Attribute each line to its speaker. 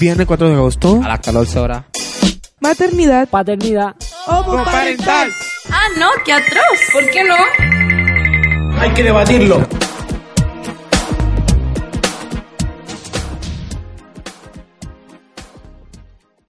Speaker 1: Viernes 4 de agosto.
Speaker 2: A las 14 horas.
Speaker 3: Maternidad.
Speaker 4: Paternidad.
Speaker 3: Homoparental.
Speaker 5: Ah, no, qué atroz. ¿Por qué no?
Speaker 6: Hay que debatirlo.